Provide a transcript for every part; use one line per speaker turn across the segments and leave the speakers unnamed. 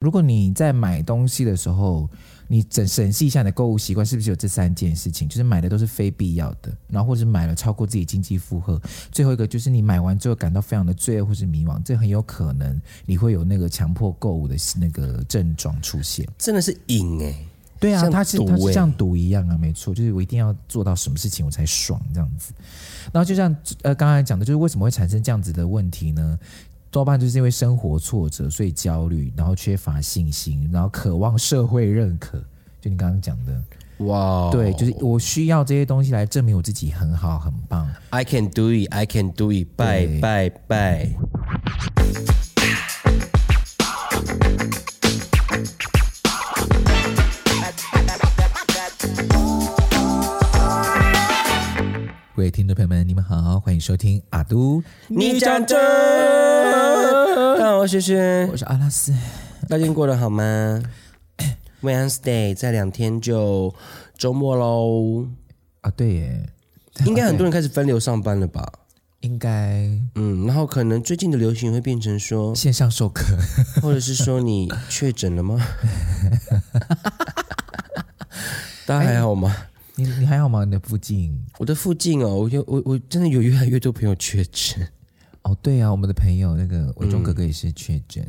如果你在买东西的时候，你整审视一下你的购物习惯，是不是有这三件事情？就是买的都是非必要的，然后或者是买了超过自己经济负荷。最后一个就是你买完之后感到非常的罪恶或是迷惘，这很有可能你会有那个强迫购物的那个症状出现。
真的是瘾哎、
对啊，
像
它是
赌
它是
欸
像赌一样啊，没错，就是我一定要做到什么事情我才爽这样子。然后就像呃刚才讲的，就是为什么会产生这样子的问题呢？多半就是因为生活挫折，所以焦虑，然后缺乏信心，然后渴望社会认可。就你刚刚讲的，
哦哇，
对，就是我需要这些东西来证明我自己很好很棒。
I can do it, I can do it，拜
对
拜拜。
各位听众朋友们，你们好，欢迎收听阿都，
你讲真，大家好，我是轩轩
我，是阿拉斯。
大家过得好 吗？Wednesday 在两天就周末喽，
啊，对耶，
应该很多人开始分流上班了吧？
应该
嗯，然后可能最近的流行会变成 说，
线上授课。
或者是说你确诊 了吗？大家还好吗？
你你还好吗？你的附近？
我的附近哦，我有我我真的有越来越多朋友确诊，
哦，对啊，我们的朋友那个伟忠哥哥也是确诊，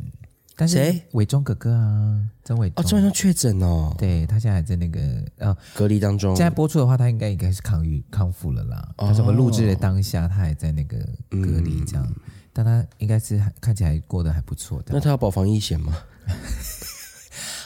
但是
嗯谁？
伟忠哥哥啊，曾伟
哦，
忠，
终于要确诊哦，
对他现在还在那个呃，
隔离当中
现。在播出的话，他应该应该是康愈康复了啦。
哦
但是我们录制的当下，他还在那个
嗯
隔离这样，但他应该是还看起来过得还不错的
那。他要保防疫险吗？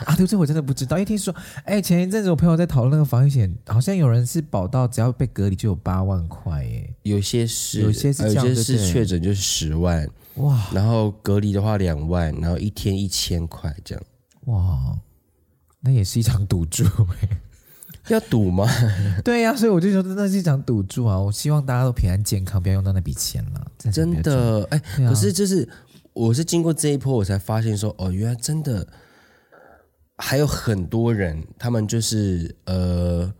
啊，对，这我真的不知道，因为听说，哎，前一阵子我朋友在讨论那个防疫险，好像有人是保到只要被隔离就有八万块耶，
有些是，
有些是
呃有
这样
些
对不
是
对
确诊就是十万，
哇
然后隔离的话两万，然后一天一千块这样。
哇，那也是一场赌注哎。
要赌吗？
对呀、所以我就觉得那是一场赌注啊！我希望大家都平安健康，不要用到那笔钱了。这才比较
真
重要，
的，哎、
对啊
可是就是我是经过这一波，我才发现说，哦，原来真的还有很多人，他们就是呃，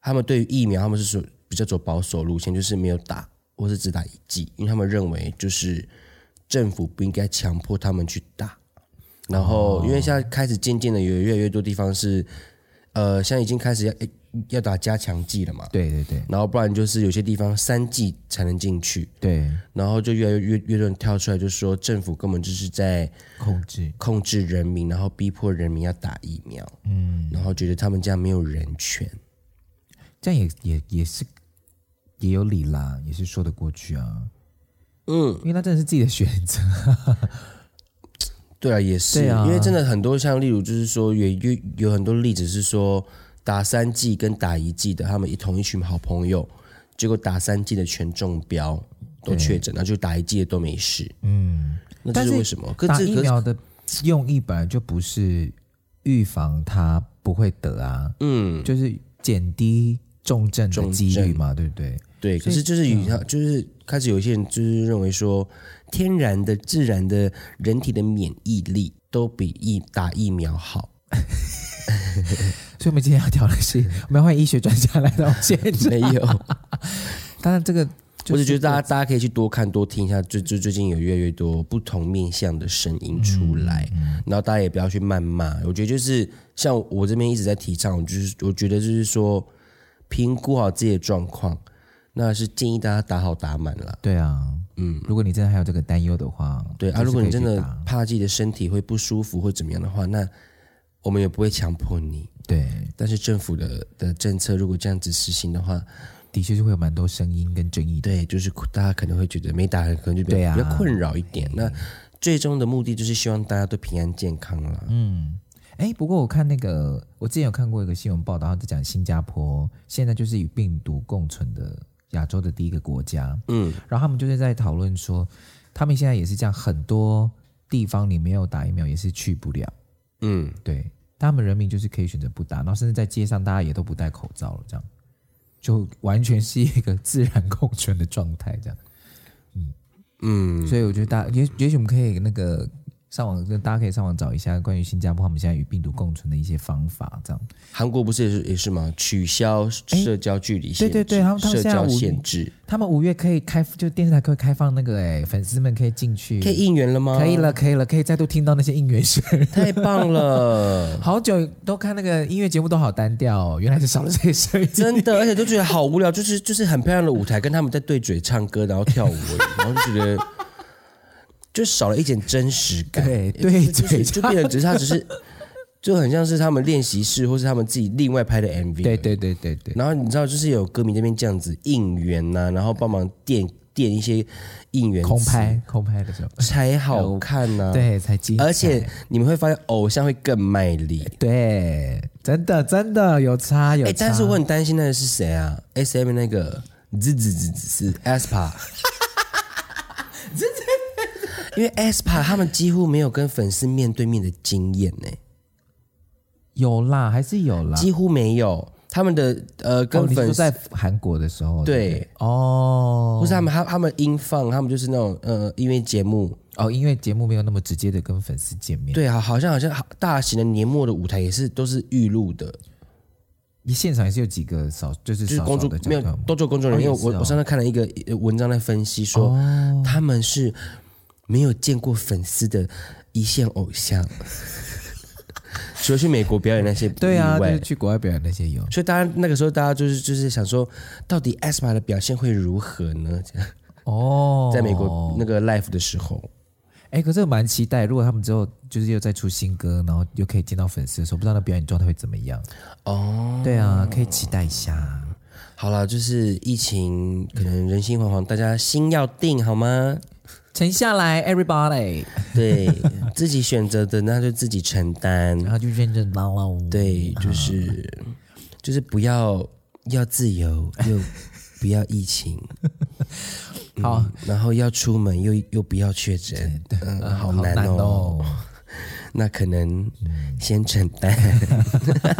他们对于疫苗，他们是属比较走保守路线，就是没有打，或是只打一剂，因为他们认为就是政府不应该强迫他们去打。然后，因为现在开始渐渐的有越来越多地方是，呃，现在已经开始要要打加强剂了嘛，
对对对
然后不然就是有些地方三剂才能进去，
对，
然后就越来越越多人跳出来，就说政府根本就是在
控制
控制人民，然后逼迫人民要打疫苗，嗯，然后觉得他们这样没有人权，
这样也也也是也有理啦，也是说得过去啊。
嗯，
因为那真的是自己的选择。
对啊，也是，
对啊
因为真的很多像例如就是说有有有很多例子是说打三剂跟打一剂的，他们一同一群好朋友，结果打三剂的全中标都确诊，然后就打一剂的都没事，
嗯，
那
但
这
是
是为什么？可
打
这
疫
可是
苗的用意本来就不是预防它不会得啊，
嗯，
就是减低重症的几率嘛，对不对？
对，可
以嗯
是就是以他就是开始有一些人就是认为说，天然的自然的人体的免疫力都比疫打疫苗好。
所以我们今天要聊的 是，我们要欢迎医学专家来到现场。
没有，
当然，这个
我
就
只
是
觉得大家大家可以去多看多听一下，最最最近有越来越多不同面向的声音出
嗯
来，然后大家也不要去谩骂。我觉得就是像我这边一直在提倡，我就是我觉得就是说，评估好自己的状况，那是建议大家打好打满啦。
对啊，嗯
嗯，
如果你真的还有这个担忧的话，
对啊，
还是
如果你
可以
真
去
的
打
怕自己的身体会不舒服或怎么样的话，那我们也不会强迫你。
对，
但是政府的的政策如果这样子实行的话，
的确是会有蛮多声音跟争议的。
对，就是大家可能会觉得没打可能就比
对
较、
啊
比较困扰一点。那最终的目的就是希望大家都平安健康啦。
哎，不过我看那个，我之前有看过一个新闻报道，它在讲新加坡现在就是与病毒共存的亚洲的第一个国家，
嗯，
然后他们就是在讨论说，他们现在也是这样，很多地方你没有打疫苗也是去不了，
嗯，
对，他们人民就是可以选择不打，然后甚至在街上大家也都不戴口罩了，这样就完全是一个自然共存的状态，这样。
嗯，
所以我觉得大也也许我们可以那个上网大家可以上网找一下关于新加坡他们现在与病毒共存的一些方法，这样。
韩国不是也是也是吗？取消社交距离限制，
对对对他们他们
社
现在
交
五
限制
他们五月可以开，就电视台可以开放那个哎、粉丝们可以进去，
可以应援了吗？
可以，了，可 以了，可以再度听到那些应援 声。，
太棒了
好久都看那个音乐节目都好单调、哦，原来是少了这些 声音。
真的，而且都觉得好无聊，就是就是很漂亮的舞台，跟他们在对嘴唱歌，然后跳舞而已，然后就觉得就少了一点真实感，
对对
就
对
是就变成只是他只是 就很像是他们练习室，或是他们自己另外拍的 MV，
对对对对对，
然后你知道，就是有歌迷那边这样子应援呐、然后帮忙垫垫一些应援词
空拍空拍的时候，
才好看呐、，
对才精彩，
而且你们会发现偶像会更卖力。
对，真的真的有差有
哎，
差。
但是我很担心那个是谁啊？S M 那个滋滋滋滋滋 aespa，因为 aespa 他们几乎没有跟粉丝面对面的经验呢、
有啦，还是有啦。
几乎没有。他们的呃
哦
跟
你是
粉
说
丝、
在韩国的时候，不
对，
哦
不是他们他他们音放，他们就是那种呃音乐节目。
哦，因为节目没有那么直接的跟粉丝见面，
对啊，好像好像好大型的年末的舞台也是都是预录的，
对，现场也是有几个少，就是
就是
少
工
少
作
的这
没有
样嘛
都做工作人员。因
哦
为
也
我
是哦哦
我上次看了一个呃文章在分析说，他们是没有见过粉丝的一线偶像， 除了去美国表演那些
对啊，
以
就
外
是去国外表演那些有，
所以大家那个时候大家就是就是想说，到底 aespa 的表现会如何呢？这样
哦，
在美国那个 live 的时候，
哎，可是我蛮期待，如果他们之后就是又再出新歌，然后又可以见到粉丝的时候，不知道那表演状态会怎么样。
哦，
对啊，可以期待一下。
好了，就是疫情可能人心惶惶，大家心要定好吗？
沉下来，everybody，
对 自己选择的，那就自己承担。
然后就认真拉拉舞。，
对，
啊
就是就是不要要自由， 又不要疫情，
好，
然后要出门又又不要确诊，嗯，
嗯
好难哦。
哦。嗯
那可能先承担。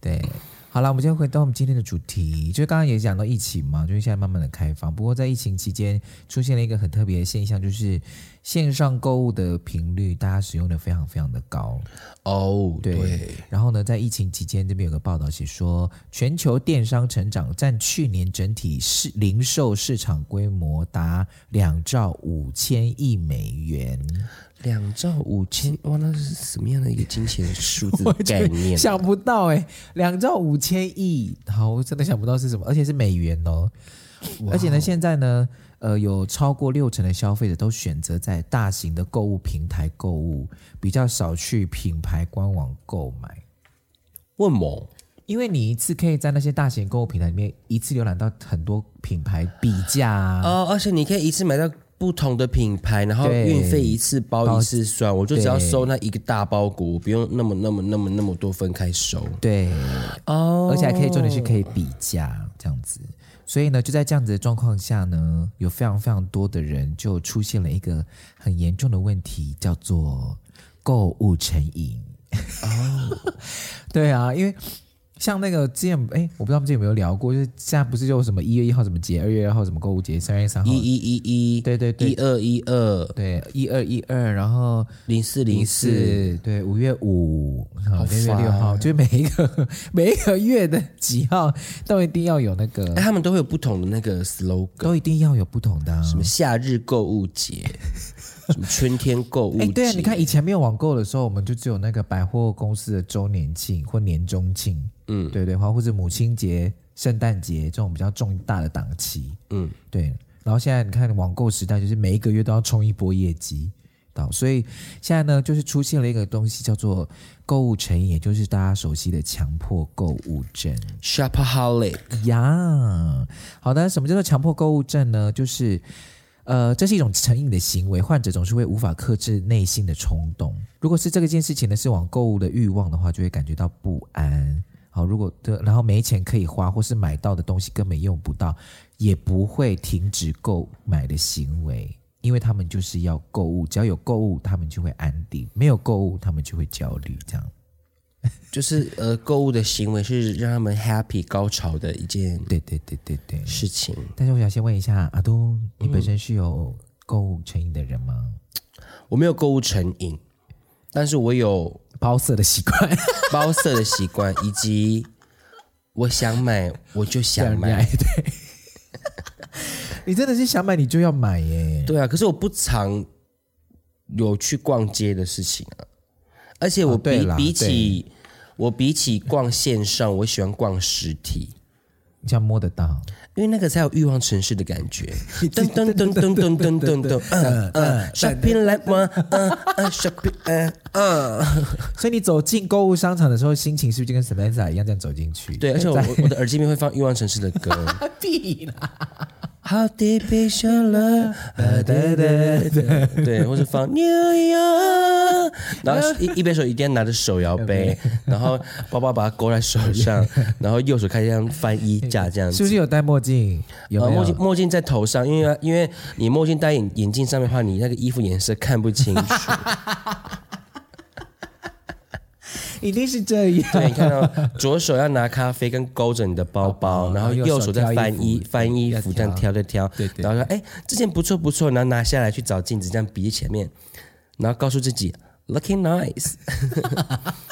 对，好了，我们先回到我们今天的主题，就是刚刚也讲到疫情嘛，就是现在慢慢的开放。不过在疫情期间，出现了一个很特别的现象，就是线上购物的频率，大家使用的非常非常的高。
哦，
对，然后呢，在疫情期间，这边有个报道写说，全球电商成长占去年整体市零售市场规模达两兆五千亿美元，
两兆五千，哇，那是什么样的一个金钱 数字概念？
想不到哎、两兆五千亿，好，我真的想不到是什么，而且是美元哦。而且呢，现在呢，呃，有超过六成的消费者都选择在大型的购物平台购物，比较少去品牌官网购买。
问某
因为你一次可以在那些大型购物平台里面一次浏览到很多品牌比价啊，
哦，而且你可以一次买到。不同的品牌，然后
对
运费一次包一次算，我就只要
对
收那一个大包裹，我不用那么那么那么那么多分开收。
对，
哦
而且还可以重点是可以比价这样子。所以呢，就在这样子的状况下呢，有非常非常多的人就出现了一个很严重的问题，叫做购物成瘾。
哦
对啊，因为像那个之前，哎、我不知道我们之前有没有聊过，就是现在不是有什么一月一号什么节，二月二号什么购物节，三月三号
一，一一一，
对对对
一二一二
对，一二一二，然后
零四零
零
四，
四，对，五月五，好，
好
六月六
烦
号，就是每一个 每一个月的几号都一定要有那
哎，
个，
他们都会有不同的那个 slogan，
都一定要有不同的、啊。
什么夏日购物节，什么春天购物
哎，
节，
对啊，你看以前没有网购的时候，我们就只有那个百货公司的周年庆或年终庆，嗯，对对，或或者母亲节、圣诞节这种比较重大的档期，
嗯，
对。然后现在你看网购时代，就是每一个月都要冲一波业绩，到所以现在呢，就是出现了一个东西叫做购物成瘾，也就是大家熟悉的强迫购物症。
shopaholic，
呀好的，什么叫做强迫购物症呢？就是，呃，这是一种成瘾的行为，患者总是会无法克制内心的冲动。如果是这个件事情呢，是往购物的欲望的话，就会感觉到不安。好，如果对，然后没钱可以花，或是买到的东西根本用不到，也不会停止购买的行为，因为他们就是要购物，只要有购物，他们就会安定；没有购物，他们就会焦虑。这样。
就是呃，购物的行为是让他们 happy 高潮的一件
对对对对对。
事情。
嗯但是我想先问一下阿都，你本身是有购物成瘾的人吗？
我没有购物成瘾，但是我有
包色的习惯，
包色的习惯，以及我想买我就想
想
买
买。 对，你真的是想买你就要买耶。
对啊，可是我不常有去逛街的事情啊，而且我
哦对
比、
啦
比起我比起逛线上，我喜欢逛实体，
这样摸得到，
因为那个才有欲望城市的感 觉。噔噔噔噔噔噔噔噔，嗯嗯，shopping like one，嗯嗯，shopping，嗯 嗯，
所以你走进购物商场的时候，心情是不是就跟 Samantha 一样这样走进去？
对，而且我
在
我我的耳机里面会放欲望城市的歌。
屁啦，
How deep is your love？啊哒哒哒，对，或是放 New York，然后一一边手一边拿着手摇杯，然后包包把它勾在手上，然后右手开始这样翻衣架这样
是不
子。
是有戴哦墨镜？有
呃，
没有
墨镜墨镜在头上，因为因为你墨镜戴眼眼镜上面的话，你那个衣服颜色看不清楚。
一定是这样。
对，你看到左手要拿咖啡跟勾着你的包包，
包
然后
哦然后
右
右
手
手
在
挑
翻
衣
衣
服
翻衣
要
服这样挑
挑
着挑，
对对
然后说哎这件不错不错，然后拿下来去找镜子这样比前面，然后告诉自己 looking nice，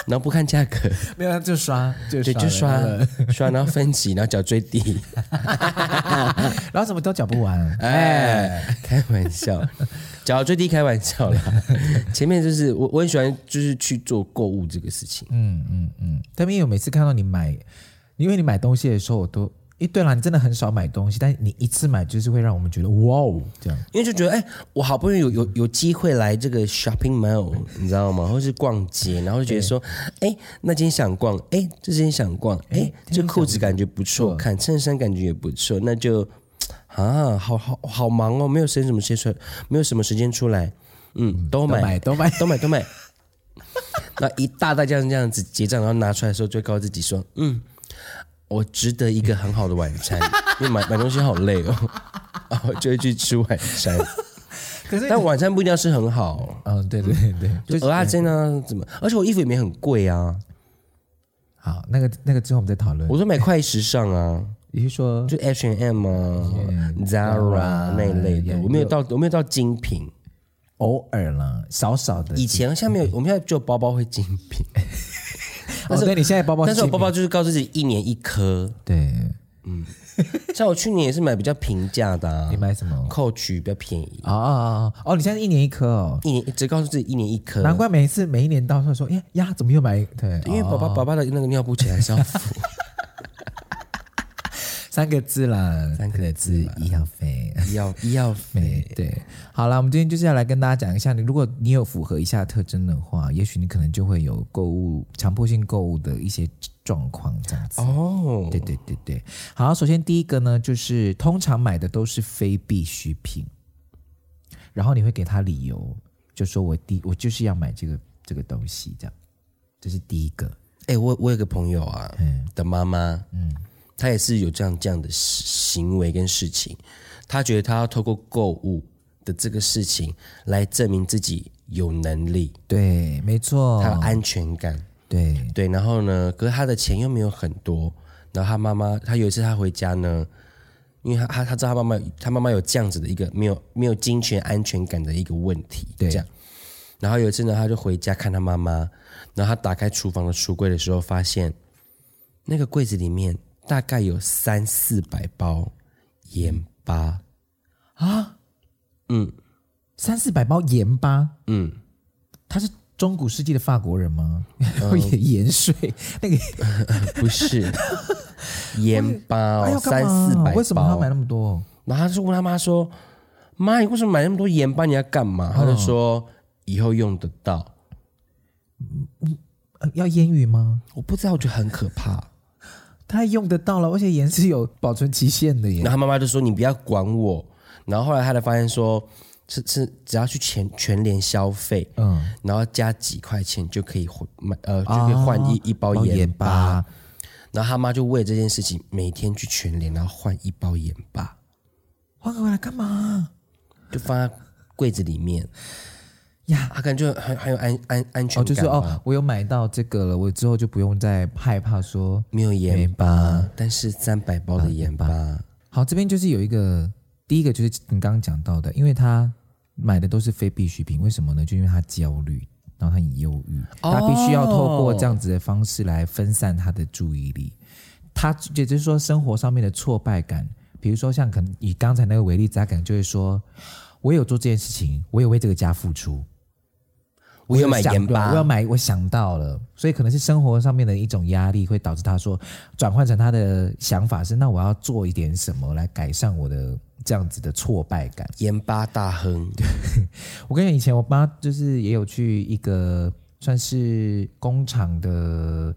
然后不看价格，
没有，就刷，就
对，
刷，
就刷
对。
刷，然后分级，然后缴最低，
然后什么都缴不完，
哎，开玩笑，缴最低开玩笑啦， 前面就是我我很喜欢就是去做购物这个事情，
嗯嗯嗯。但因为我每次看到你买，因为你买东西的时候，我都，诶，对了，你真的很少买东西，但你一次买就是会让我们觉得哇哦，这样。
因为就觉得，哎、我好不容易有有有机会来这个 shopping mall，你知道吗？或是逛街，然后就觉得说，哎、那今天想逛，哎、这今天想逛，哎、这裤子感觉不错看，衬衫感觉也不错，那就啊，好好好忙哦，没有时间什么时间出来，没有什么时间出来，嗯，都买
都买，
都买都买。那一大袋这样这样子结账，然后拿出来的时候，就会告诉自己说，嗯，我值得一个很好的晚餐， 因为买买东西好累哦， 然后就会去吃晚餐。
可是，
但晚餐不一定要吃很好，
嗯，对对对对，
就鹅啊煎啊怎么？而且我衣服也没很贵啊，
好，那个那个之后我们再讨论。
我都买快时尚啊，
你是说
就 H M 啊、
Yeah,
Zara
Zara，
那一类的，
yeah，
我没有到我没有到精品。
偶尔啦，少少的？
以前下面有我们现在只有包包会精品，
哦，对，你现在 包包是
但
精品，
是我包包就是告诉自己一年一颗。
对，
像我去年也是买比较平价的、啊
你，买什么？
扣取比较便宜，
哦哦哦哦，你现在一年一颗哦，
一年只告诉自己一年一颗。
难怪每一次每一年到时候说，哎呀，怎么又买？对，
因为
哦
宝宝宝宝的那个尿布钱还是要付，
三个字啦， 三个字，医药费。
医药医药
对
费。
嗯对，好了，我们今天就是要来跟大家讲一下，你如果你有符合以下特征的话，也许你可能就会有购物强迫性购物的一些状况这样子。
哦，
对对对对，好，首先第一个呢，就是通常买的都是非必需品，然后你会给他理由，就说我第我就是要买这个这个东西，这样，这是第一个。
哎、我我有个朋友啊，的妈妈，嗯，她也是有这样这样的行为跟事情，她觉得她要透过购物的这个事情来证明自己有能力，
对，没错
她，有安全感，
对，
对，然后呢，可是她的钱又没有很多，然后她妈妈，她有一次她回家呢。因为她她她知道她妈妈她妈妈有这样子的一个没有没有金钱安全感的一个问题，
对
这样。然后有一次呢，她就回家看她妈妈，然后她打开厨房的橱柜的时候，发现那个柜子里面大概有三四百包盐巴，
三四百包盐巴，
嗯，
他是中古世纪的法国人吗？
嗯
会盐盐水
哦
那个，
不是 盐巴
哎
哦，
呦，干
三
嘛
四百包。
为什么他要买那么多？
然后他就问他妈说：“妈，你为什么买那么多盐巴？你要干嘛？”他就说：“以后用得到。
呃要腌鱼吗？”
我不知道，我觉得很可怕。
他用得到了，而且盐是有保存期限的耶
然。后他妈妈就说：“你不要管我。”然后后来他才发现说，是是，只要去全全联消费，
嗯，
然后加几块钱就可以换买呃，就可以换一、一包哦盐巴。，然后他妈就为这件事情每天去全联，然后换一包盐巴，
换回来干嘛
就放在柜子里面。
呀？
他感觉很很有安安安全
哦，
感吧，
就是哦，我有买到这个了，我之后就不用再害怕说
没有盐
盐巴。
巴，但是三百包的盐巴，
好，这边就是有一个第一个就是你刚刚讲到的，因为他买的都是非必需品，为什么呢？就因为他焦虑，然后他很忧郁，
哦
他必须要透过这样子的方式来分散他的注意力。他也就是说，生活上面的挫败感，比如说像可能以刚才那个为例子，他可能就会说：“我有做这件事情，我也为这个家付出，
我有买
想
盐
到我要
巴，
买，我想到了，所以可能是生活上面的一种压力，会导致他说转换成他的想法是：那我要做一点什么来改善我的这样子的挫败感。
盐巴大亨，
我跟你讲，以前我妈就是也有去一个算是工厂的，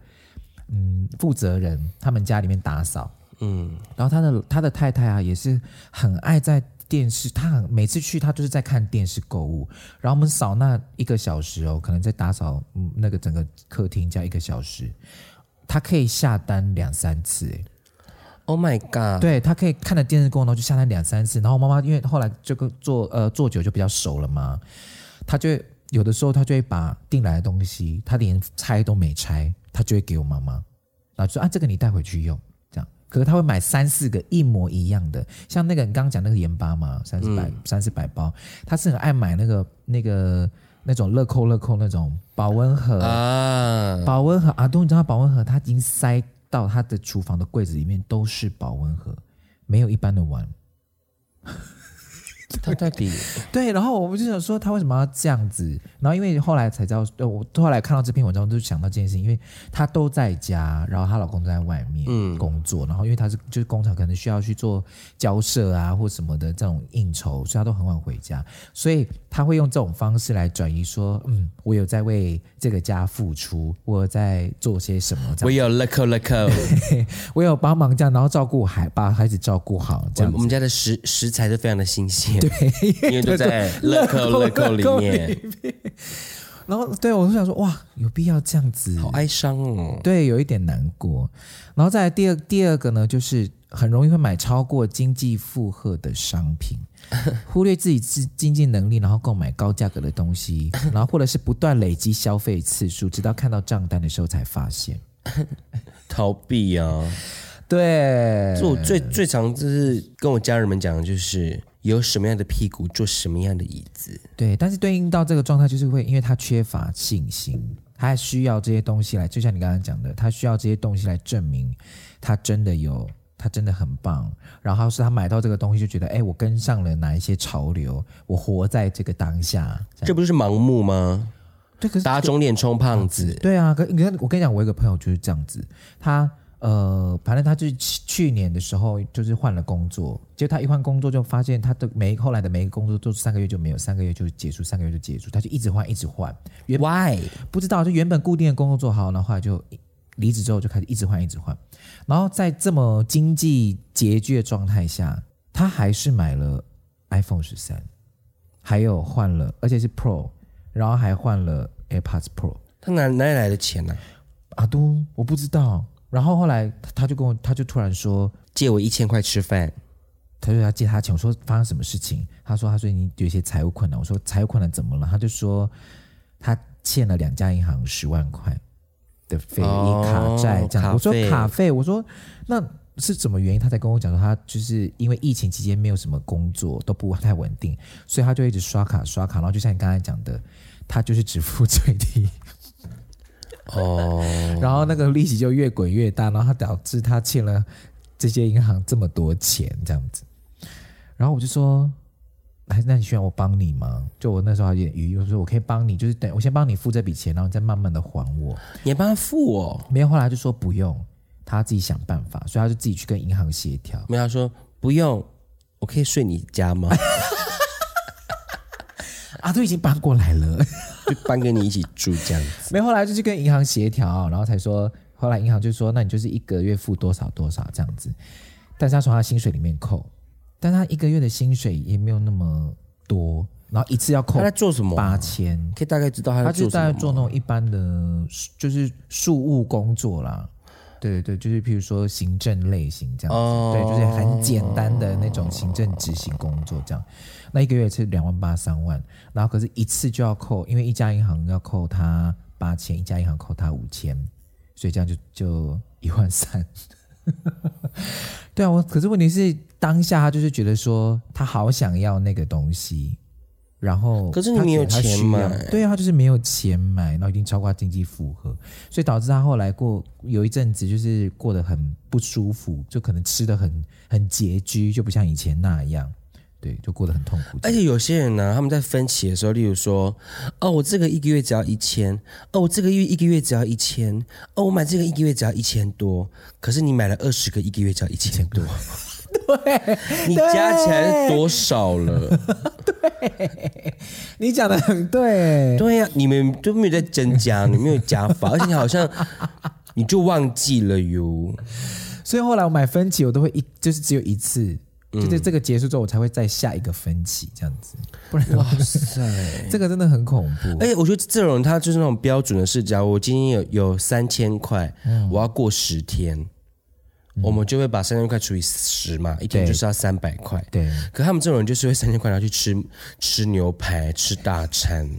嗯，负责人他们家里面打扫，
嗯，
然后他的他的太太啊，也是很爱在电视，他很每次去他就是在看电视购物。然后我们扫那一个小时哦，可能在打扫嗯那个整个客厅加一个小时，他可以下单两三次欸诶。
Oh my god！
对他可以看着电视过程中就下单两三次，然后妈妈因为后来这个做呃做久就比较熟了嘛，他就会有的时候他就会把订来的东西，他连拆都没拆，他就会给我妈妈，然后就说啊这个你带回去用这样，可是他会买三四个一模一样的，像那个你刚刚讲那个盐巴嘛，三四百、三四百包，他是很爱买那个那个那种乐扣乐扣那种保温盒
啊，
保温盒阿东，你知道保温盒它已经塞到他的厨房的柜子里面都是保温盒，没有一般的碗。
他到底
对，然后我们就想说他为什么要这样子，然后因为后来才知道，呃，我后来看到这篇文章就想到这件事情，因为她都在家，然后她老公都在外面工作，然后因为她是就是工厂可能需要去做交涉啊或什么的这种应酬，所以她都很晚回家，所以她会用这种方式来转移说，嗯，我有在为这个家付出，我有在做些什么，这样子
我有 loco loco，
我有帮忙这样，然后照顾孩，把孩子照顾好这样
我
子。
们家的食食材都非常的新鲜，对，因为都在 loco loco 里面，
然后对我就想说，哇，有必要这样子？
好哀伤哦。
对，有一点难过。然后再来第二第二个呢，就是很容易会买超过经济负荷的商 品，忽略自己自经济能力，然后购买高价格的东 西，然后或者是不断累积消费次数，直到看到账单的时候才发现。
逃避啊！
对，
这我最最常就是跟我家人们讲的就是有什么样的屁股坐什么样的椅子，
对，但是对应到这个状态，就是会因为他缺乏信心，他需要这些东西来，就像你刚刚讲的，他需要这些东西来证明他真的有，他真的很棒。然后是他买到这个东西，就觉得，哎，我跟上了哪一些潮流，我活在这个当下。这样
这不是盲目吗？
对，可是
打肿脸充胖子，
对啊，可你看，我跟你讲，我有一个朋友就是这样子，他呃，反正他就是去去年的时候就是换了工作，结果他一换工作就发现他的每后来的每一个工作都是三个月就没有，三个月就结束，三个月就结束，他就一直换，一直换。
，why？
不知道，就原本固定的工作做好，然后后来就离职之后就开始一直换，一直换。然后在这么经济拮据的状态下，他还是买了 iPhone 十三，还有换了，而且是 Pro，然后还换了 AirPods Pro。
他哪哪里来的钱呢、
阿都我不知道。然后后来他他就跟我，他就突然说，
借我一千块吃 饭，
他就要借他钱。我说发生什么事情？他说他最近有一些财务困难。我说财务困难怎么了？他就说他欠了两家银行十万块的费
哦
以卡债这样。我说
卡费
卡费，我说那是什么原因？他才跟我讲说他就是因为疫情期间没有什么工作，都不太稳定，所以他就一直刷卡刷卡。然后就像你刚才讲的，他就是只付最低。
哦，
然后那个利息就越滚越大，然后他导致他欠了这些银行这么多钱这样子。然后我就说，还那你需要我帮你吗？就我那时候还有点余裕，我说我可以帮你，就是等我先帮你付这笔钱，然后你再慢慢的还我。
你还帮他付哦？
没有，后来他就说不用，他自己想办法，所以他就自己去跟银行协调。
没有，他说不用，我可以睡你 家吗？
啊，都已经搬过来了。
就搬跟你一起住这 样子。
没有，后来就去跟银行协调，然后才说，后来银行就说，那你就是一个月付多少多少这样子，但是他从他薪水里面扣，但他一个月的薪水也没有那么多，然后一次要扣
他在做什么啊？
八千，
可以大概知道他
他
在
就
做
大概
什
做
么吗？
那种一般的，就是事务工作啦。对对对，就是譬如说行政类型这样子，
哦
对，就是很简单的那种行政执行工作这样。那一个月是两万八三万，然后可是一次就要扣，因为一家银行要扣他八千，一家银行扣他五千，所以这样就就一万三。 对啊，我可是问题是当下他就是觉得说他好想要那个东西，然后
可是你没有
他觉得他
钱
需要
买
对啊，他就是没有钱买，然后已经超过他经济负荷，所以导致他后来过有一阵子就是过得很不舒服，就可能吃的很很拮据，就不像以前那样，对，就过得很痛苦。
而且有些人呢、他们在分期的时候，例如说，哦，我这个一个月只要一千，哦，我这个月一个月只要一千，哦，我买这个一个月只要一千多，可是你买了二十个，一个月只要一千 多，对，你加起来是多少了？
你讲的很对，
对呀、你们都没有在增加，你没有加法，而且你好像你就忘记了哟。
所以后来我买分期，我都会一就是只有一次，就是这个结束之后，我才会再下一个分期这样子，不然哇塞， 这个真的很恐怖。
而哎且我觉得这种他就是那种标准的是，假如我今天有有三千块，我要过十天，我们就会把三千块除以十嘛，一天
对
就是要三百块。
对，
可他们这种人就是会三千块拿去吃吃牛排、吃大餐，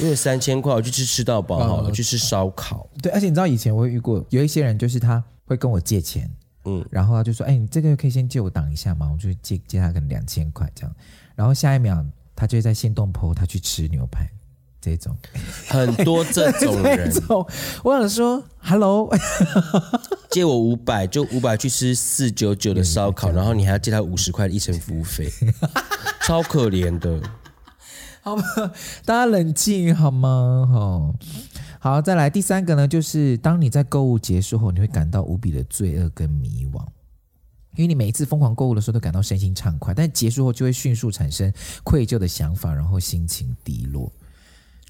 因为三千块我去吃吃到饱好了，去吃烧烤。
对，而且你知道以前我有遇过有一些人，就是他会跟我借钱，嗯，然后他就说：“哎、你这个可以先借我挡一下嘛。”我就借借他可能两千块这样，然后下一秒他就会在线动 PO 他去吃牛排这种，
很多这
这
种 人
种我想说，Hello，
借我五百，就五百去吃四九九的烧烤，然后你还要借他五十块的一成服务费，超可怜的。
好吧，大家冷静好吗？哦，好，再来第三个呢，就是当你在购物结束后，你会感到无比的罪恶跟迷惘。因为你每一次疯狂购物的时候都感到身心畅快，但结束后就会迅速产生愧疚的想法，然后心情低落。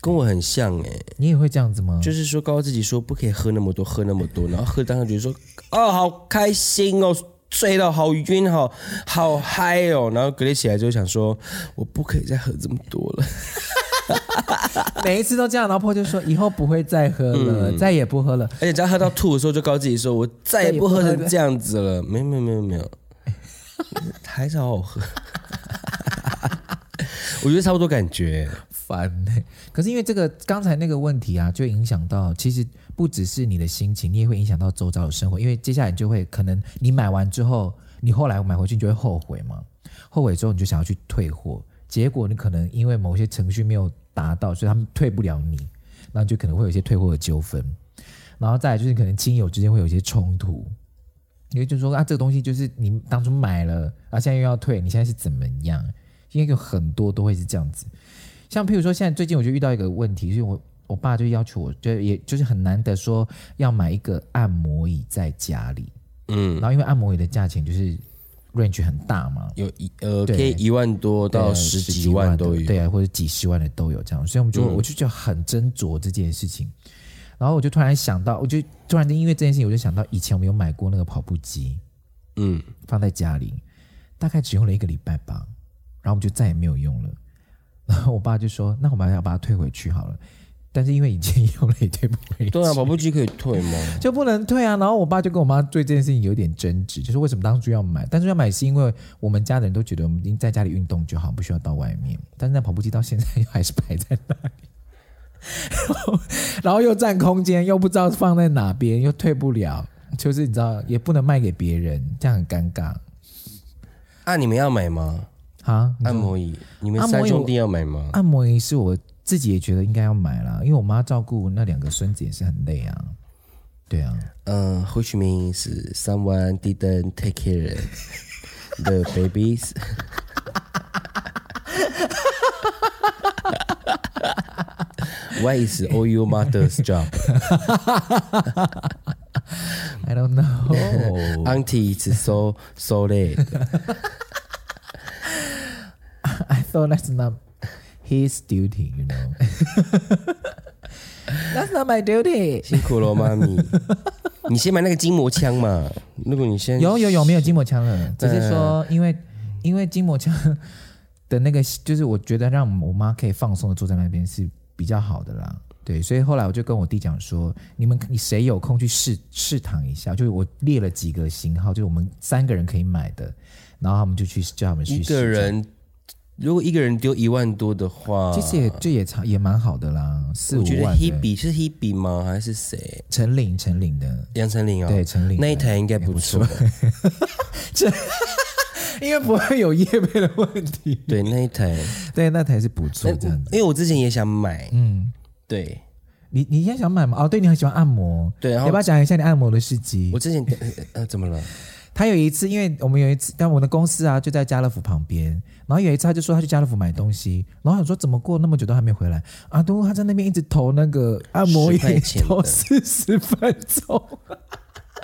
跟我很像哎、
你也会这样子吗？
就是说告诉自己说不可以喝那么多，喝那么多，然后喝当下觉得说哦好开心哦，醉到好晕，好好嗨哦，然后隔天起来就想说我不可以再喝这么多了。
每一次都这样，然后婆就说以后不会再喝了，
嗯
再也不喝了。
而且只要喝到吐的时候，就告诉自己说我再也不喝成这样子了。没有没有没有没有，还是好好喝。 我觉得差不多感觉，
烦呢、可是因为这个刚才那个问题啊，就影响到其实不只是你的心情，你也会影响到周遭的生活，因为接下来你就会可能你买完之后，你后来买回去你就会后悔嘛，后悔之后你就想要去退货，结果你可能因为某些程序没有达到，所以他们退不了你，那就可能会有一些退货的纠纷，然后再来就是可能亲友之间会有一些冲突。因为就说啊，这个东西就是你当初买了，啊，现在又要退，你现在是怎么样？因为有很多都会是这样子。像譬如说，现在最近我就遇到一个问题，就是我我爸就要求我，就也就是很难得说要买一个按摩椅在家里，
嗯，
然后因为按摩椅的价钱就是 range 很大嘛，
有一呃，
对
可以一万多到
对
啊十几万
的
都有。嗯
对啊，或者几十万的都有这样，所以我们就、我就就很斟酌这件事情。然后我就突然想到，我就突然间因为这件事情，我就想到以前我们有买过那个跑步机，
嗯，
放在家里，大概只用了一个礼拜吧，然后我们就再也没有用了。然后我爸就说：“那我们要把它退回去好了。”但是因为已经 用了，也退不回去，
对啊，跑步机可以退吗？
就不能退啊。然后我爸就跟我妈对这件事情有点争执，就是为什么当初要买？当初要买是因为我们家的人都觉得我们已经在家里运动就好，不需要到外面。但是那跑步机到现在还是摆在那里，然后然后又占空间，又不知道放在哪边，又退不了，就是你知道也不能卖给别人，这样很尴尬。
啊，你们要买吗？
啊，你
按
说
摩椅，你们
按摩
三
椅
兄弟要买吗？
按摩仪是我自己也觉得应该要买啦，因为我妈照顾那两个孙子也是很累啊。对啊，
嗯、w h i c h means someone didn't take care of the babies 。Why is all your mother's job?
I don't
Oh
know。
Auntie is so so late.
I thought that's not his duty, you know. that's not my duty.
辛苦了， 妈咪。你先买那个筋膜枪嘛。如果你先
有有有，没有筋膜枪了，只是说因为因为筋膜枪的那个，就是我觉得让我妈可以放松的坐在那边是比较好的啦。对，所以后来我就跟我弟讲说，你们你谁有空去试试躺一下？就是我列了几个型号，就是我们三个人可以买的，然后他们就去叫他们去
一
试
个人，如果一个人丢一万多的话，
其实也这也差也蛮好的啦，四
我
五
觉得
万的。
Hebe 是 Hebe 吗？还是谁？
陈领陈领的，
杨丞琳哦，
对陈领的
那一台应该不错。
这因为不会有业配的问题。 哎
对那一台，
对，那台是不错，这样子。
因为我之前也想买，
嗯，
对
你你现在想买吗？哦，对，你很喜欢按摩，
对，然
要
后
不要讲一下你按摩的事迹
我？之前 呃呃怎么了？
他有一次，因为我们有一次，但我的公司啊就在家乐福旁边，然后有一次他就说他去家乐福买东西，然后我说怎么过那么久都还没回来啊？都他在那边一直投那个按摩
10块
椅，
钱的
投四十分钟，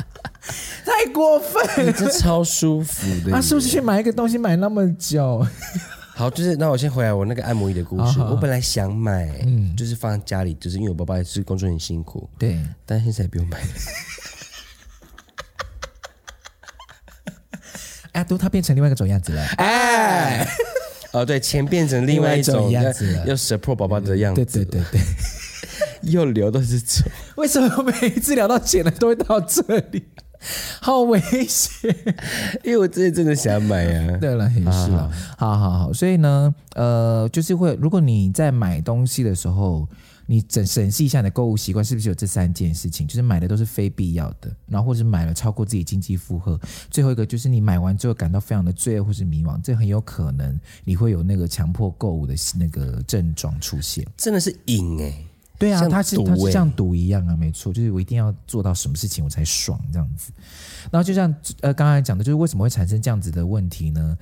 太过分
你
了！
哎这超舒服的耶，
他啊是不是去买一个东西买那么久？
好，就是那我先回来我那个按摩椅的故事。
好好
我本来想买，
嗯
就是放在家里，就是因为我爸爸也是工作很辛苦，
对，
但现在也不用买了。
哎，都他变成另外一个走样子了，哎，
哦，对，钱变成另外一种
另外一种
要
样子了
要 support 宝宝的样
对
子，
对对对，
又流到是走。
为什么每一次聊到钱了都会到这里？ 好危险！
因为我之前真的想买啊，
对了，也是了，好好好，所以呢，呃，就是会，如果你在买东西的时候，你整审视一下你的购物习惯是不是有这三件事情，就是买的都是非必要的，然后或者买了超过自己经济负荷，最后一个就是你买完之后感到非常的罪恶或是迷惘，这很有可能你会有那个强迫购物的那个症状出现。
真的是瘾哎、
对啊，
像
他是
赌
他是
欸
像赌一样啊，没错，就是我一定要做到什么事情我才爽这样子。然后就像呃刚才讲的，就是为什么会产生这样子的问题呢？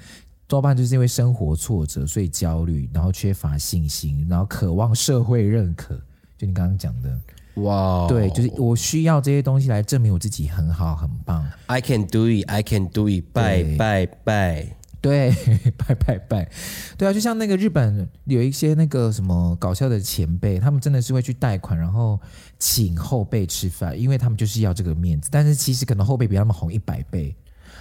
多半就是因为生活挫折，所以焦虑，然后缺乏信心，然后渴望社会认可。就你刚刚讲的，
哇哦、
对，就是我需要这些东西来证明我自己很好、很棒。
I can do it, I can do it，拜
对
拜拜。
对，拜拜拜，对啊，就像那个日本有一些那个什么搞笑的前辈，他们真的是会去贷款，然后请后辈吃饭，因为他们就是要这个面子。但是其实可能后辈比他们红一百倍，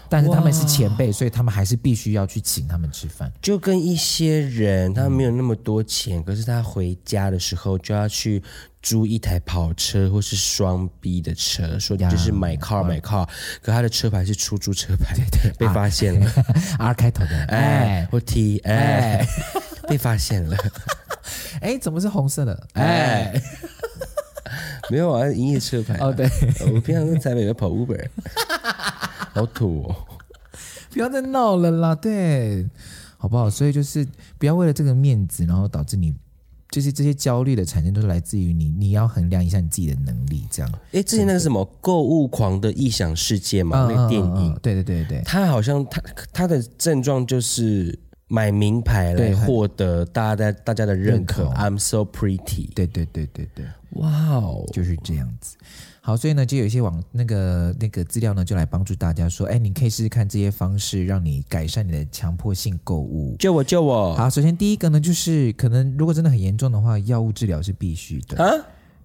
但是他们是前辈，所以他们还是必须要去请他们吃饭。
就跟一些人，他没有那么多钱，可是他回家的时候就要去租一台跑车或是双 B 的车，说你就是买 car 买 car，可他的车牌是出租车牌，被发现了，
R 啊开头的，
哎
哎，
或 T，哎， 被发现了，
哎，怎么是红色的？哎，
没有啊，营业车牌啊、
哦对，
我平常在台北都 跑 Uber，好土哦。
不要再闹了啦，对，好不好？所以就是不要为了这个面子，然后导致你就是这些焦虑的产生，都是来自于你，你要衡量一下你自己的能力，这样。
哎，之前那个什么购物狂的异想世界嘛，那个电影，
嗯，嗯对对对对
他好像他他的症状就是买名牌来
对
获得大家的大家的认可。
认
I'm so pretty，
对对对对对，
哇哦，
就是这样子。好，所以呢，就有一些网那个那个资料呢，就来帮助大家说，哎，你可以试试看这些方式，让你改善你的强迫性购物。
救我救我！
好，首先第一个呢，就是可能如果真的很严重的话，药物治疗是必须的。
啊，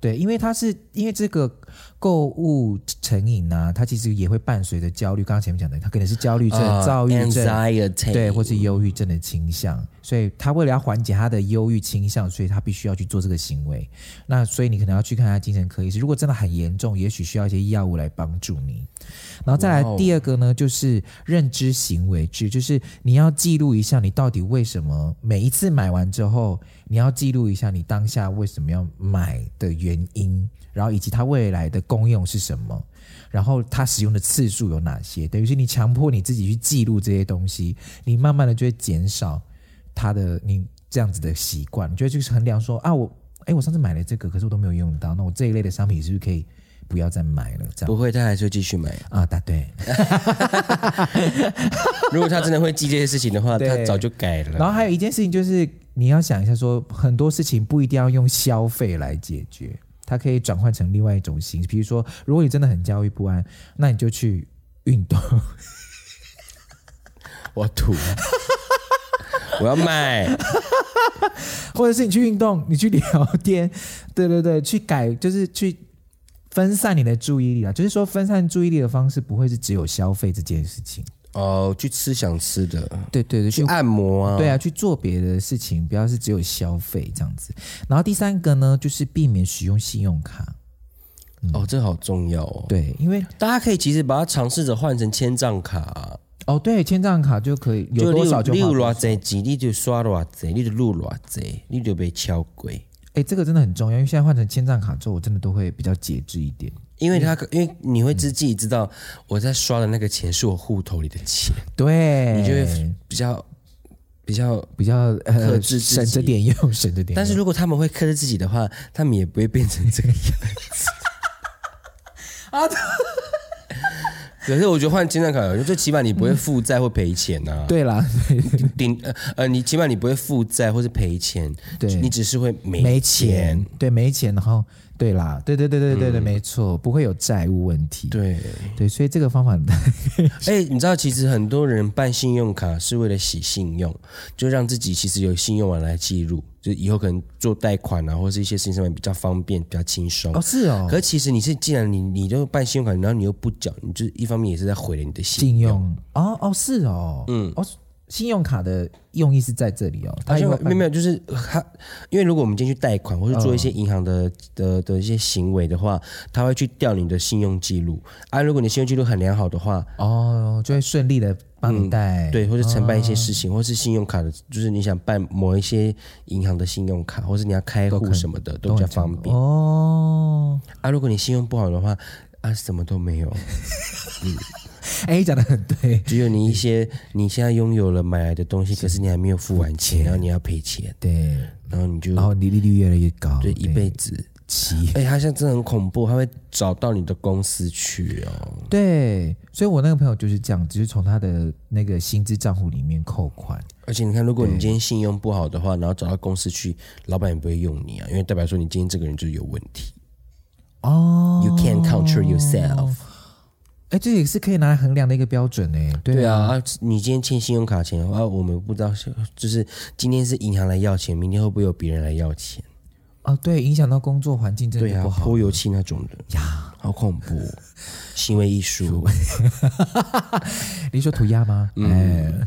对，因为它是因为这个购物成瘾呢、它其实也会伴随着焦虑。刚刚前面讲的，它可能是焦虑症、
啊
躁郁症啊
a n i e t y
对，或是忧郁症的倾向。所以他为了要缓解他的忧郁倾向，所以他必须要去做这个行为。那所以你可能要去看他精神科医师。如果真的很严重，也许需要一些药物来帮助你。然后再
哇
来
哦
第二个呢，就是认知行为制，就是你要记录一下你到底为什么每一次买完之后，你要记录一下你当下为什么要买的原因，然后以及它未来的功用是什么。然后它使用的次数有哪些？等于是你强迫你自己去记录这些东西，你慢慢的就会减少它的你这样子的习惯，你就会去衡量说啊，我哎我上次买了这个，可是我都没有用到，那我这一类的商品是不是可以不要再买了？这样
不会，他还是会继续买。
啊，答对。
如果他真的会记这些事情的 话，
对
他早就改
然
了。
后还有一件事情就是，你要想一下说，很多事情不一定要用消费来解决，它可以转换成另外一种形式。比如说，如果你真的很焦虑不安，那你就去运动。
我 吐，我要买。
或者是你去运动，你去聊天， 对对对，去改就是去分散你的注意力啊。就是说，分散注意力的方式不会是只有消费这件事情。
哦，去吃想吃的，
对对对，
去
去
按摩啊。
对啊，去做别的事情，不要是只有消费这样子。然后第三个呢，就是避免使用信用卡。
哦，这好重要哦。
对，因为
大家可以其实把它尝试着换成千账卡啊，
哦，对，千账卡就可以有多少就
你有
花。
偌济钱，你就刷偌济，你就录偌济，你就被敲鬼。
哎，这个真的很重要，因为现在换成千账卡之后，我真的都会比较节制一点。
因为他因为你会知自己知道我在刷的那个钱是我户头里的钱，
对，
你就会比较比较。
比较
克
呃
制自己
省着点用，省着点用。
但是如果他们会克制自己的话，他们也不会变成这个样子。 啊， 可是我觉得换金蛋卡，最起码你不会负债或赔钱呐、啊。
嗯对啦，
顶呃呃，你起码你不会负债或是赔钱，
对
你只是会没
没
钱
钱，对，没钱，然后对啦，对对对对对对，没错，不会有债务问题。
嗯对，
对，所以这个方法，
哎、你知道，其实很多人办信用卡是为了洗信用，就让自己其实有信用往来记录，就以后可能做贷款啊，或是一些事情上面比较方便、比较轻 松。
哦，是哦，
可其实你是，既然你你就办信用卡，然后你又不缴，你就一方面也是在毁了你的信
信用，哦哦，是哦，嗯，哦，信用卡的用意是在这里哦，
好
它因
像
为
没有没有，就是他，因为如果我们今天去贷款或是做一些银行的、的的一些行为的话，他会去调你的信用记录啊。如果你信用记录很良好的话，
哦，就会顺利的帮你贷，
嗯对，或是承办一些事情，或是信用卡的，就是你想办某一些银行的信用卡，或是你要开户什么的，都比较方便
哦，
啊。如果你信用不好的话，啊，什么都 没有，
哎，讲的很 对，
只有你一些你现在拥有了买来的东西，可是你还没有付完钱，然后你要赔钱，
对，
然后你就
然后利利率越来越高，
哦对一辈子。
七，
哎、他现在真的很恐怖，他会找到你的公司去哦。
对，所以我那个朋友就是这样，只是从他的那个薪资账户里面扣款，
而且你看，如果你今天信用不好的话，然后找到公司去，老板也不会用你啊，因为代表说你今天这个人就是有问题。
哦，
You can't control yourself。
哎，这也是可以拿来衡量的一个标准哎，
对
啊，
啊，啊，你今天欠信用卡钱啊，我们不知道是，就是今天是银行来要钱，明天会不会有别人来要钱？
哦，对，影响到工作环境真的
对
就
啊
不，好，
泼油漆那种的呀，好恐怖，哦 行为艺 术。
你说涂鸦吗？ 嗯，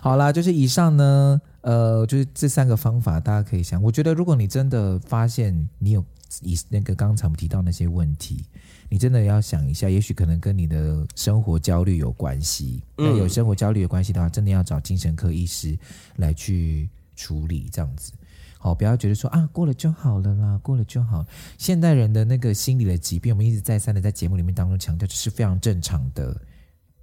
好啦，就是以上呢，呃，就是这三个方法，大家可以想。我觉得，如果你真的发现你有以那个刚才我们提到那些问题，你真的要想一下，也许可能跟你的生活焦虑有关系。
嗯
那有生活焦虑有关系的话，真的要找精神科医师来去处理，这样子。好，不要觉得说啊，过了就好了啦，过了就好。现代人的那个心理的疾病，我们一直再三的在节目里面当中强调，这是非常正常的，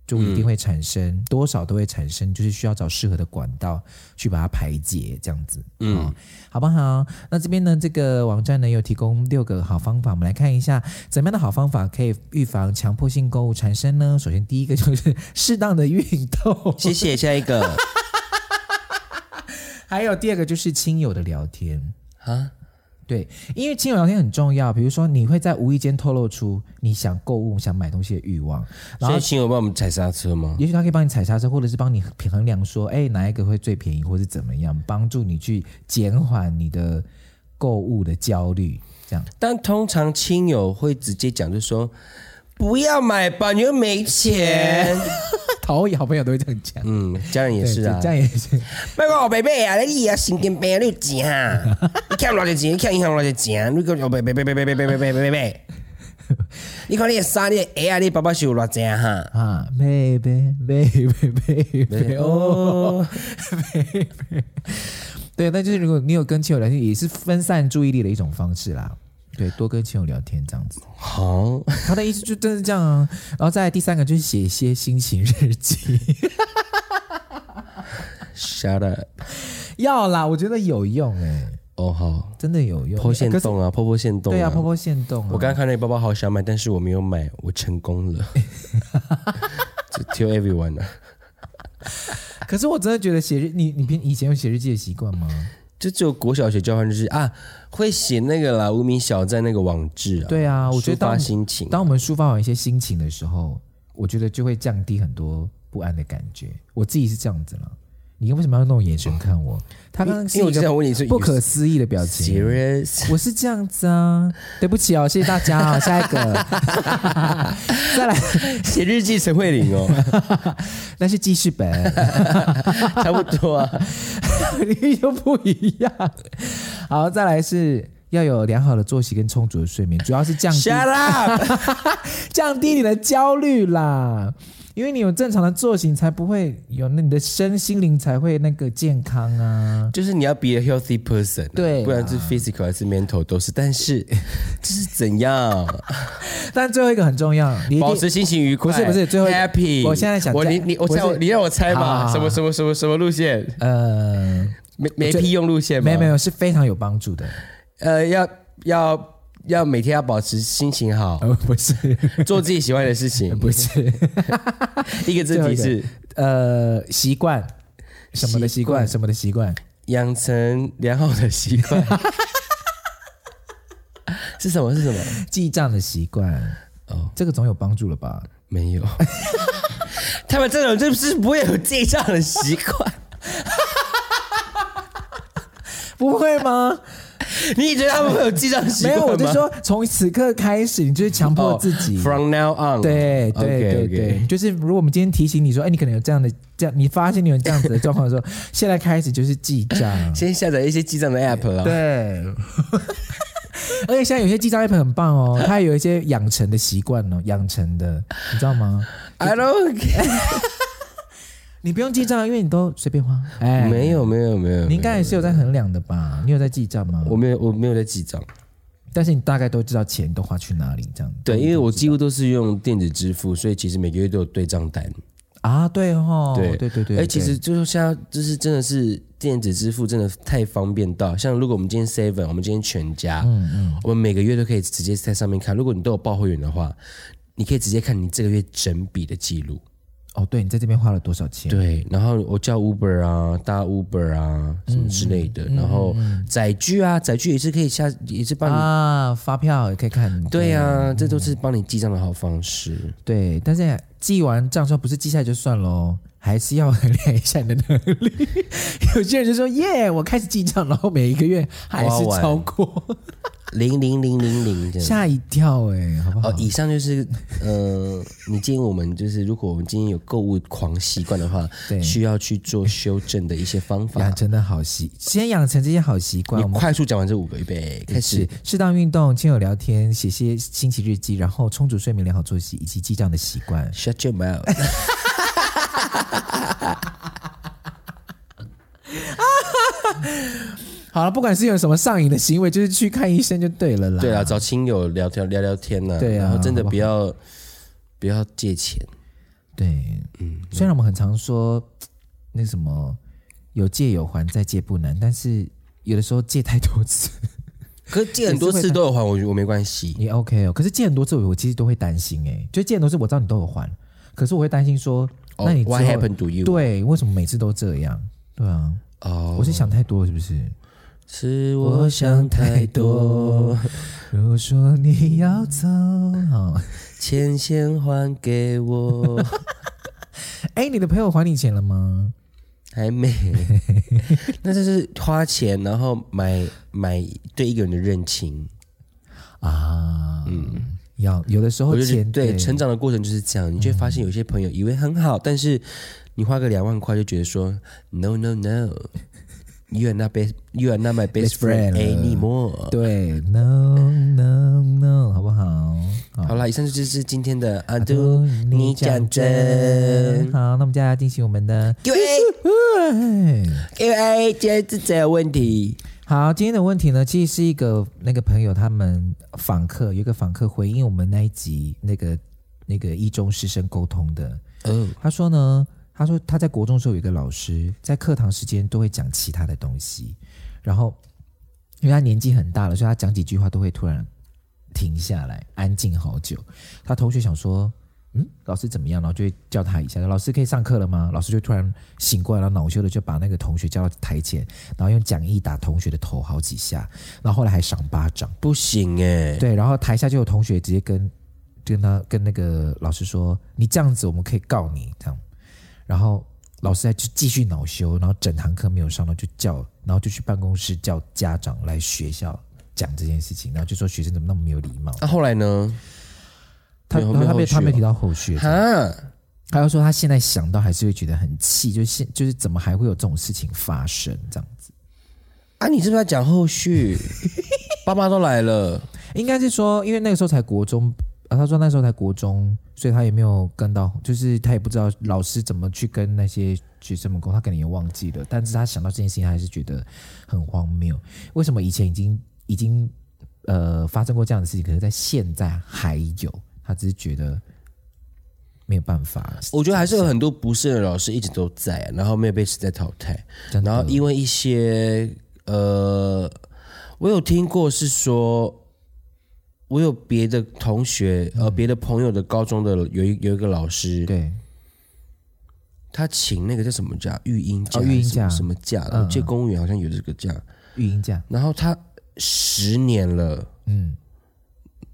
就一定会产生，多少都会产生，就是需要找适合的管道去把它排解，这样子，嗯、好不好？那这边呢，这个网站呢有提供六个好方法，我们来看一下怎么样的好方法可以预防强迫性购物产生呢？首先第一个就是 适当的运动，
谢谢，下一个
还有第二个就是亲友的聊天。
啊，
对，因为亲友聊天很重要。比如说，你会在无意间透露出你想购物、想买东西的欲望，然
所
后
以亲友帮我们踩刹车吗？
也许他可以帮你踩刹车，或者是帮你平衡量说，哎，哪一个会最便宜，或是怎么样，帮助你去减缓你的购物的焦虑。这样，
但通常亲友会直接讲，就说不要买吧，你又没钱。
讨好朋友都会这样讲，
嗯，家人也
对
是啊
这。样也是。
别讲我伯伯啊，你也神经病，你有钱啊？你欠偌济钱，你欠银行偌济钱，你讲我伯伯伯伯伯伯伯伯伯伯。你看你的衫，你的鞋啊，你爸爸是有偌济哈？
啊，妹妹妹妹妹妹哦，妹妹， 对，那就是如果你有跟亲友聊天，也是分散注意力的一种方式啦。对，多跟亲友聊天这样子，
好，
他的意思就真的是这样啊。然后再来第三个就是写一些心情日记，
下了
要啦，我觉得有用哎、
哦，好，
真的有用。欸
破线
可是
洞啊，破破线洞。
对啊，婆。婆限动啊。
我刚刚看那个包包好想买，但是我没有买，我成功了。就 tell everyone 啊，
可是我真的觉得写日，你你平以前有写日记的习惯吗？
嗯就只有国小学交换日志啊，会写那个啦，无名小站那个网志啊。
对啊，我觉得
抒发
当
心情啊。
当我们抒发完一些心情的时候，我觉得就会降低很多不安的感觉。我自己是这样子了。你为什么要那种眼神看我？他刚刚是
哦因为我
一
就
个
想问你是
不可思议的表情。
serious
我是这样子啊，对不起哦，谢谢大家啊、下一 个，再来，
写日记陈慧 琳哦，
那是记事本，
差不多啊。
你就不一样。好，再来是要有良好的作息跟充足的睡眠，主要是降低
Shut up！
降低你的焦虑啦。因为你有正常的作息，你才不会有那你的身心灵才会那个健康啊。
就是你要 be a healthy person，、啊
对啦啊
不然是 physical 还是 mental 都是，但是这是怎样
但最后一个很重要，你一定
保持心情愉快？
不是不是最后一个
happy。
我现在想
我
再
你你我
不是
猜我你让我猜
好好
嘛，
好
什么什么什么什么路线？
呃，
没没屁用路线吗？
没有没有是非常有帮助的。
呃，要要要每天要保持心情好，
呃，不是
做自己喜欢的事情。
不是，
第一个字
最
题是
呃，习惯什么的习惯，什么的习惯，
养成良好的习惯， 是什么？是什么？
记账的习惯。哦，这个总有帮助了吧？
没有， 他们这种就是不会有记账的习惯。
不会吗？
你觉得他们会有记账习
没
惯吗？
有，我就说从此刻开始，你就是强迫
哦
自己。
From now on，
对对对
OK，OK
对，就是如果我们今天提醒你说，哎，你可能有这样的这样，你发现你有这样子的状况的时候，现在开始就是记账。
先下载一些记账的 app 啦。
对， 而且现在有些记账 app 很棒哦，它有一些养成的习惯哦，养成的，你知道吗？
I don't care，
你不用记账，因为你都随便花。哎，
没有没有没有，
你应该也是有在衡量的吧？你有在记账吗？
我没有我没有在记账。
但是你大概都知道钱都花去哪里，这样
对，因为我几乎都是用电子支付，所以其实每个月都有对账单。
啊，对哦，
对
对对对，
哎，其
对
实就是现在就是真的是电子支付真的太方便到，像如果我们今天 seven，我们今天全家，嗯嗯，我们每个月都可以直接在上面看。如果你都有报会员的话，你可以直接看你这个月整笔的记录。
哦，对你在这边花了多少钱？
对，然后我叫 Uber 啊，搭 Uber 啊，什么之类的，然后载具啊，载具也是可以下，也是帮你。
啊，发票也可以看，
对啊，这都是帮你记账的好方式。
对，但是记完账之后不是记下来就算喽，还是要衡量一下你的能力。有些人就说耶，我开始记账，然后每一个月还是超过，
零零零零零这样。
吓一跳哎、好不好？
哦，以上就是 呃，你建议我们就是，如果我们今天有购物狂习惯的话
对，
需要去做修正的一些方法
养。成的好习，先养成这些好习惯，
你
我们
快速讲完这五个，预备开始
是。适当运动、亲友聊天、写些星期日记，然后充足睡眠、良好作息以及记账的习惯。
Shut your mouth！
好了，不管是有什么上瘾的行为，就是去看医生就对了啦。
对啊，找亲友聊天聊聊天呐、
对啊
然后真的
好
不要不要借钱。
对，嗯，虽然我们很常说那什么有借有还，再借不难，但是有的时候借太多次
可是借很多次都有还，我我没关系。
也 OK 哦。可是借很多次，我其实都会担心哎、就借很多次，我知道你都有还，可是我会担心说，
哦
那你之后
What happened to you？，
对为什么每次都这样？对啊，
哦，
我是想太多了是不是？
是我想太多，
如果说你要走，哦好，
钱先还给我，
哎，你的朋友还你钱了吗？
还没。 那就是花钱，然后买买对一个人的认清。
啊，嗯，要有的时
我
候
就觉
钱
得对成长的过程就是这样，你就会发现有些朋友以为很好，但是你花个两万块就觉得说 No No No，You are not best You are not my best
Best friend
friend
了
anymore。
对，no no no，好不好？好，
好啦，以上就是今天的啊阿
都
杜，你讲真。
好，那我们接下来进行我们的
Q&A
对。
Q&A，今天是谁有问题？
好，今天的问题呢，其实是一个那个朋友他们访客有一个访客回应我们那一集那个那个一中师生沟通的，
哦，
他说呢，他说他在国中的时候有一个老师，在课堂时间都会讲其他的东西，然后因为他年纪很大了，所以他讲几句话都会突然停下来，安静好久。他同学想说。嗯，老师怎么样？然后就会叫他一下，老师可以上课了吗？老师就突然醒过来，然后恼羞的就把那个同学叫到台前，然后用讲义打同学的头好几下，然后后来还赏巴掌。
不行哎、
对，然后台下就有同学直接跟跟他跟那个老师说：“你这样子，我们可以告你。”这样，然后老师还就继续恼羞，然后整堂课没有上，然后就叫，然后就去办公室叫家长来学校讲这件事情，然后就说学生怎么那么没有礼貌。
那、啊后来呢？
他
没有
然后他
没
没
有后
他没
续哦
提到后续，
哈，
他就说他现在想到还是会觉得很气，就是现就是怎么还会有这种事情发生这样子。
啊，你是不是 要讲后续？爸妈都来了，
应该是说，因为那个时候才国中，啊，他说那时候才国中，所以他也没有跟到，就是他也不知道老师怎么去跟那些学生们沟通，他可能也忘记了。但是他想到这件事情，他还是觉得很荒谬。为什么以前已经已经呃发生过这样的事情，可是在现在还有？他只是觉得没有办法，
我觉得还是有很多不是的老师一直都在、然后没有被时代淘汰。
真的
然后因为一些呃，我有听过是说，我有别的同学呃，别的朋友的高中的有一有一个老师，
对
他请那个叫什么假育婴假
哦
还是
育婴
什么
假嗯
什么假的，我记得公务员好像有这个假。
育婴假，
然后他十年了，
嗯，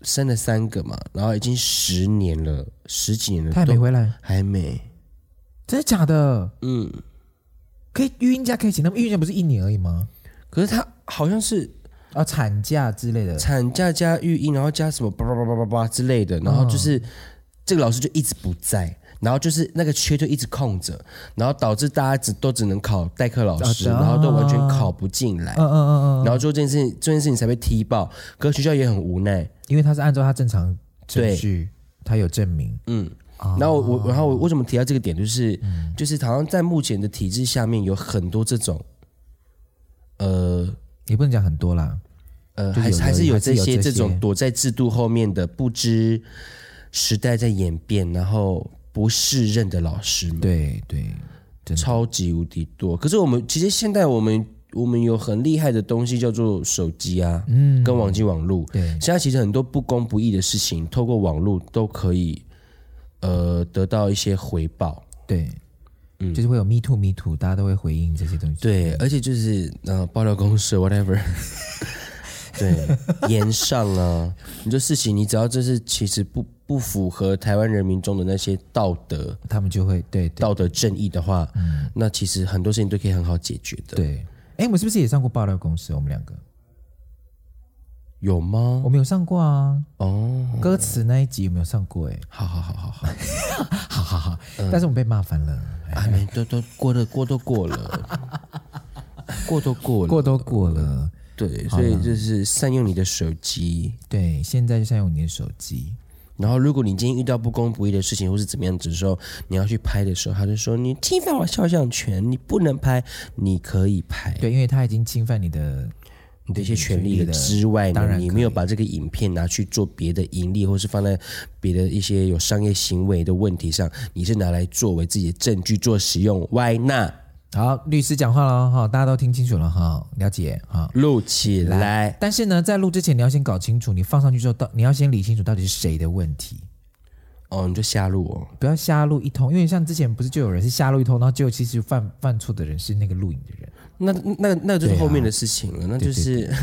生了三个嘛，然后已经十年了，十几年了，
他也没
都
回来，
还没，
真的假的？
嗯。
可以育婴假可以请他们，育婴假不是一年而已吗？
可是他好像是
啊，产假之类的，
产假加育婴，然后加什么叭叭叭叭叭叭之类的，然后
嗯
就是、这个老师就一直不在，然后就是那个缺就一直空着，然后导致大家只都只能考代课老师，
啊
然后都完全考不进来，
嗯嗯嗯嗯，
然后做这件事情，这件事情才被踢爆，可是学校也很无奈，
因为他是按照他正常程序，他有证明，
嗯。
啊嗯
然后我，我然后我为什么提到这个点，就是、就是好像在目前的体制下面，有很多这种，呃
也不能讲很多啦。
呃，
就
还
有
是还是有
还是
这
有
些
这
这种
些
躲在制度后面的不知时代在演变，然后不适任的老师们，
对对，真的
超级无敌多。可是我们其实现在我们我们有很厉害的东西叫做手机啊，
嗯，
跟网际网路。
对
现在其实很多不公不义的事情，透过网络都可以，呃，得到一些回报。
对，就是会有 me too me too，大家都会回应这些东西。
嗯对，而且就是呃，爆料公社 whatever，对，言上啊，你这事情，你只要就是其实不不符合台湾人民中的那些道德
他们就会对对
道德正义的话，那其实很多事情都可以很好解决的，
对。哎，我们是不是也上过爆料公司？我们两个，
有吗
我？们有上过啊。
哦，
歌词那一集有没有上过？哎，
好好好好嗯好，
好好好，但是我们被骂烦了，
哎，没都都过的过都过了，过都过了，
过都过了。
对，所以就是善用你的手机，
对，现在就像用你的手机。
然后，如果你今天遇到不公不义的事情，或是怎么样子的时候，你要去拍的时候，他就说你侵犯我肖像权，你不能拍，你可以拍。
对，因为他已经侵犯你的
你的一些权利
的
之外
当
呢，
然
你没有把这个影片拿去做别的盈利，或是放在别的一些有商业行为的问题上，你是拿来作为自己的证据做使用。Why not？
好，律师讲话了哈，大家都听清楚了哈，了解哈。
录起来，
但是呢，在录之前，你要先搞清楚，你放上去之后，到你要先理清楚到底是谁的问题，
哦，你就瞎录哦。
不要瞎录一通。因为像之前不是就有人是瞎录一通，然后结果其实犯犯错的人是那个录影的人。
那那那就是
对啊
后面的事情了，那 就是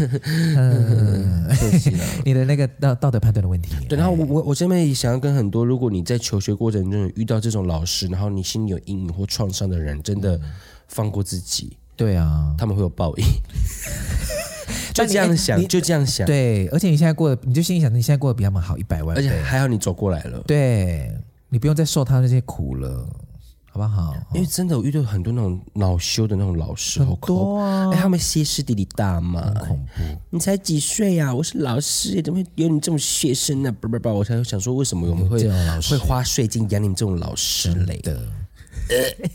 嗯，
可惜了。
你的那个道道德判断的问题。
对，然后我我我这边也想要跟很多，如果你在求学过程中有遇到这种老师，然后你心里有阴影或创伤的人，真
嗯
的放过自己，
对啊，
他们会有 报应。就
但
这
你
样
哎
想，
你
就这样想，
对，而且你现在过得，你就心里想，你现在过得比他们好一百万
而且
倍，
还好你走过来了。
对你不用再受他那些苦了，好不好？
因为真的，我遇到很多那种恼羞的那种老师，好
很
恐怖
多啊，
哎，他们歇斯底里大骂
很，恐怖。
你才几岁呀、我是老师，怎么会有你这种学生呢、啊不不不，我才想说，为什么我们会
这种老
会花税金养你们这种老师嘞？
的。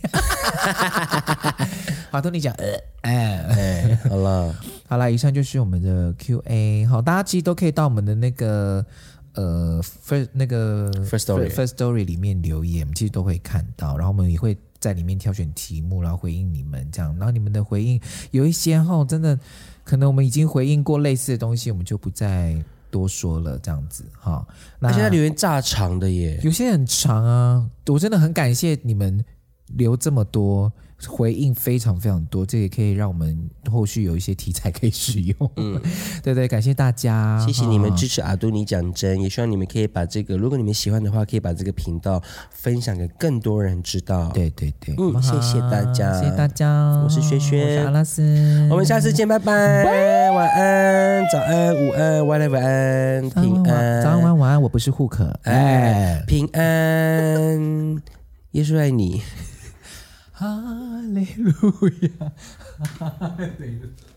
好，都你讲，呃，
哎，好了。
好啦，以上就是我们的 Q&A。好，大家其实都可以到我们的那个呃 first 那个
First Story
first story 里面留言，我们其实都会看到，然后我们也会在里面挑选题目，然后回应你们这样。然后你们的回应有一些哈，真的可能我们已经回应过类似的东西，我们就不再多说了，这样子哈。那
而且他留言炸长 的耶，
有些很长啊，我真的很感谢你们留这么多回应，非常非常多，这也可以让我们后续有一些题材可以使用。嗯， 对对，感谢大家，
谢谢你们
哈
支持阿杜尼讲真，也希望你们可以把这个，如果你们喜欢的话，可以把这个频道分享给更多人知道。，
对对对，
嗯
好
谢谢大家
谢谢大家，
我是轩轩
我是阿拉斯，
我们下次见，拜拜，晚安，早安，午安，whatever，安，
早安
平
晚安，早安
安，
晚安晚安，我不是户口，哎，，
哎 平安，耶稣爱你。
哈利路亚，哈利路亚。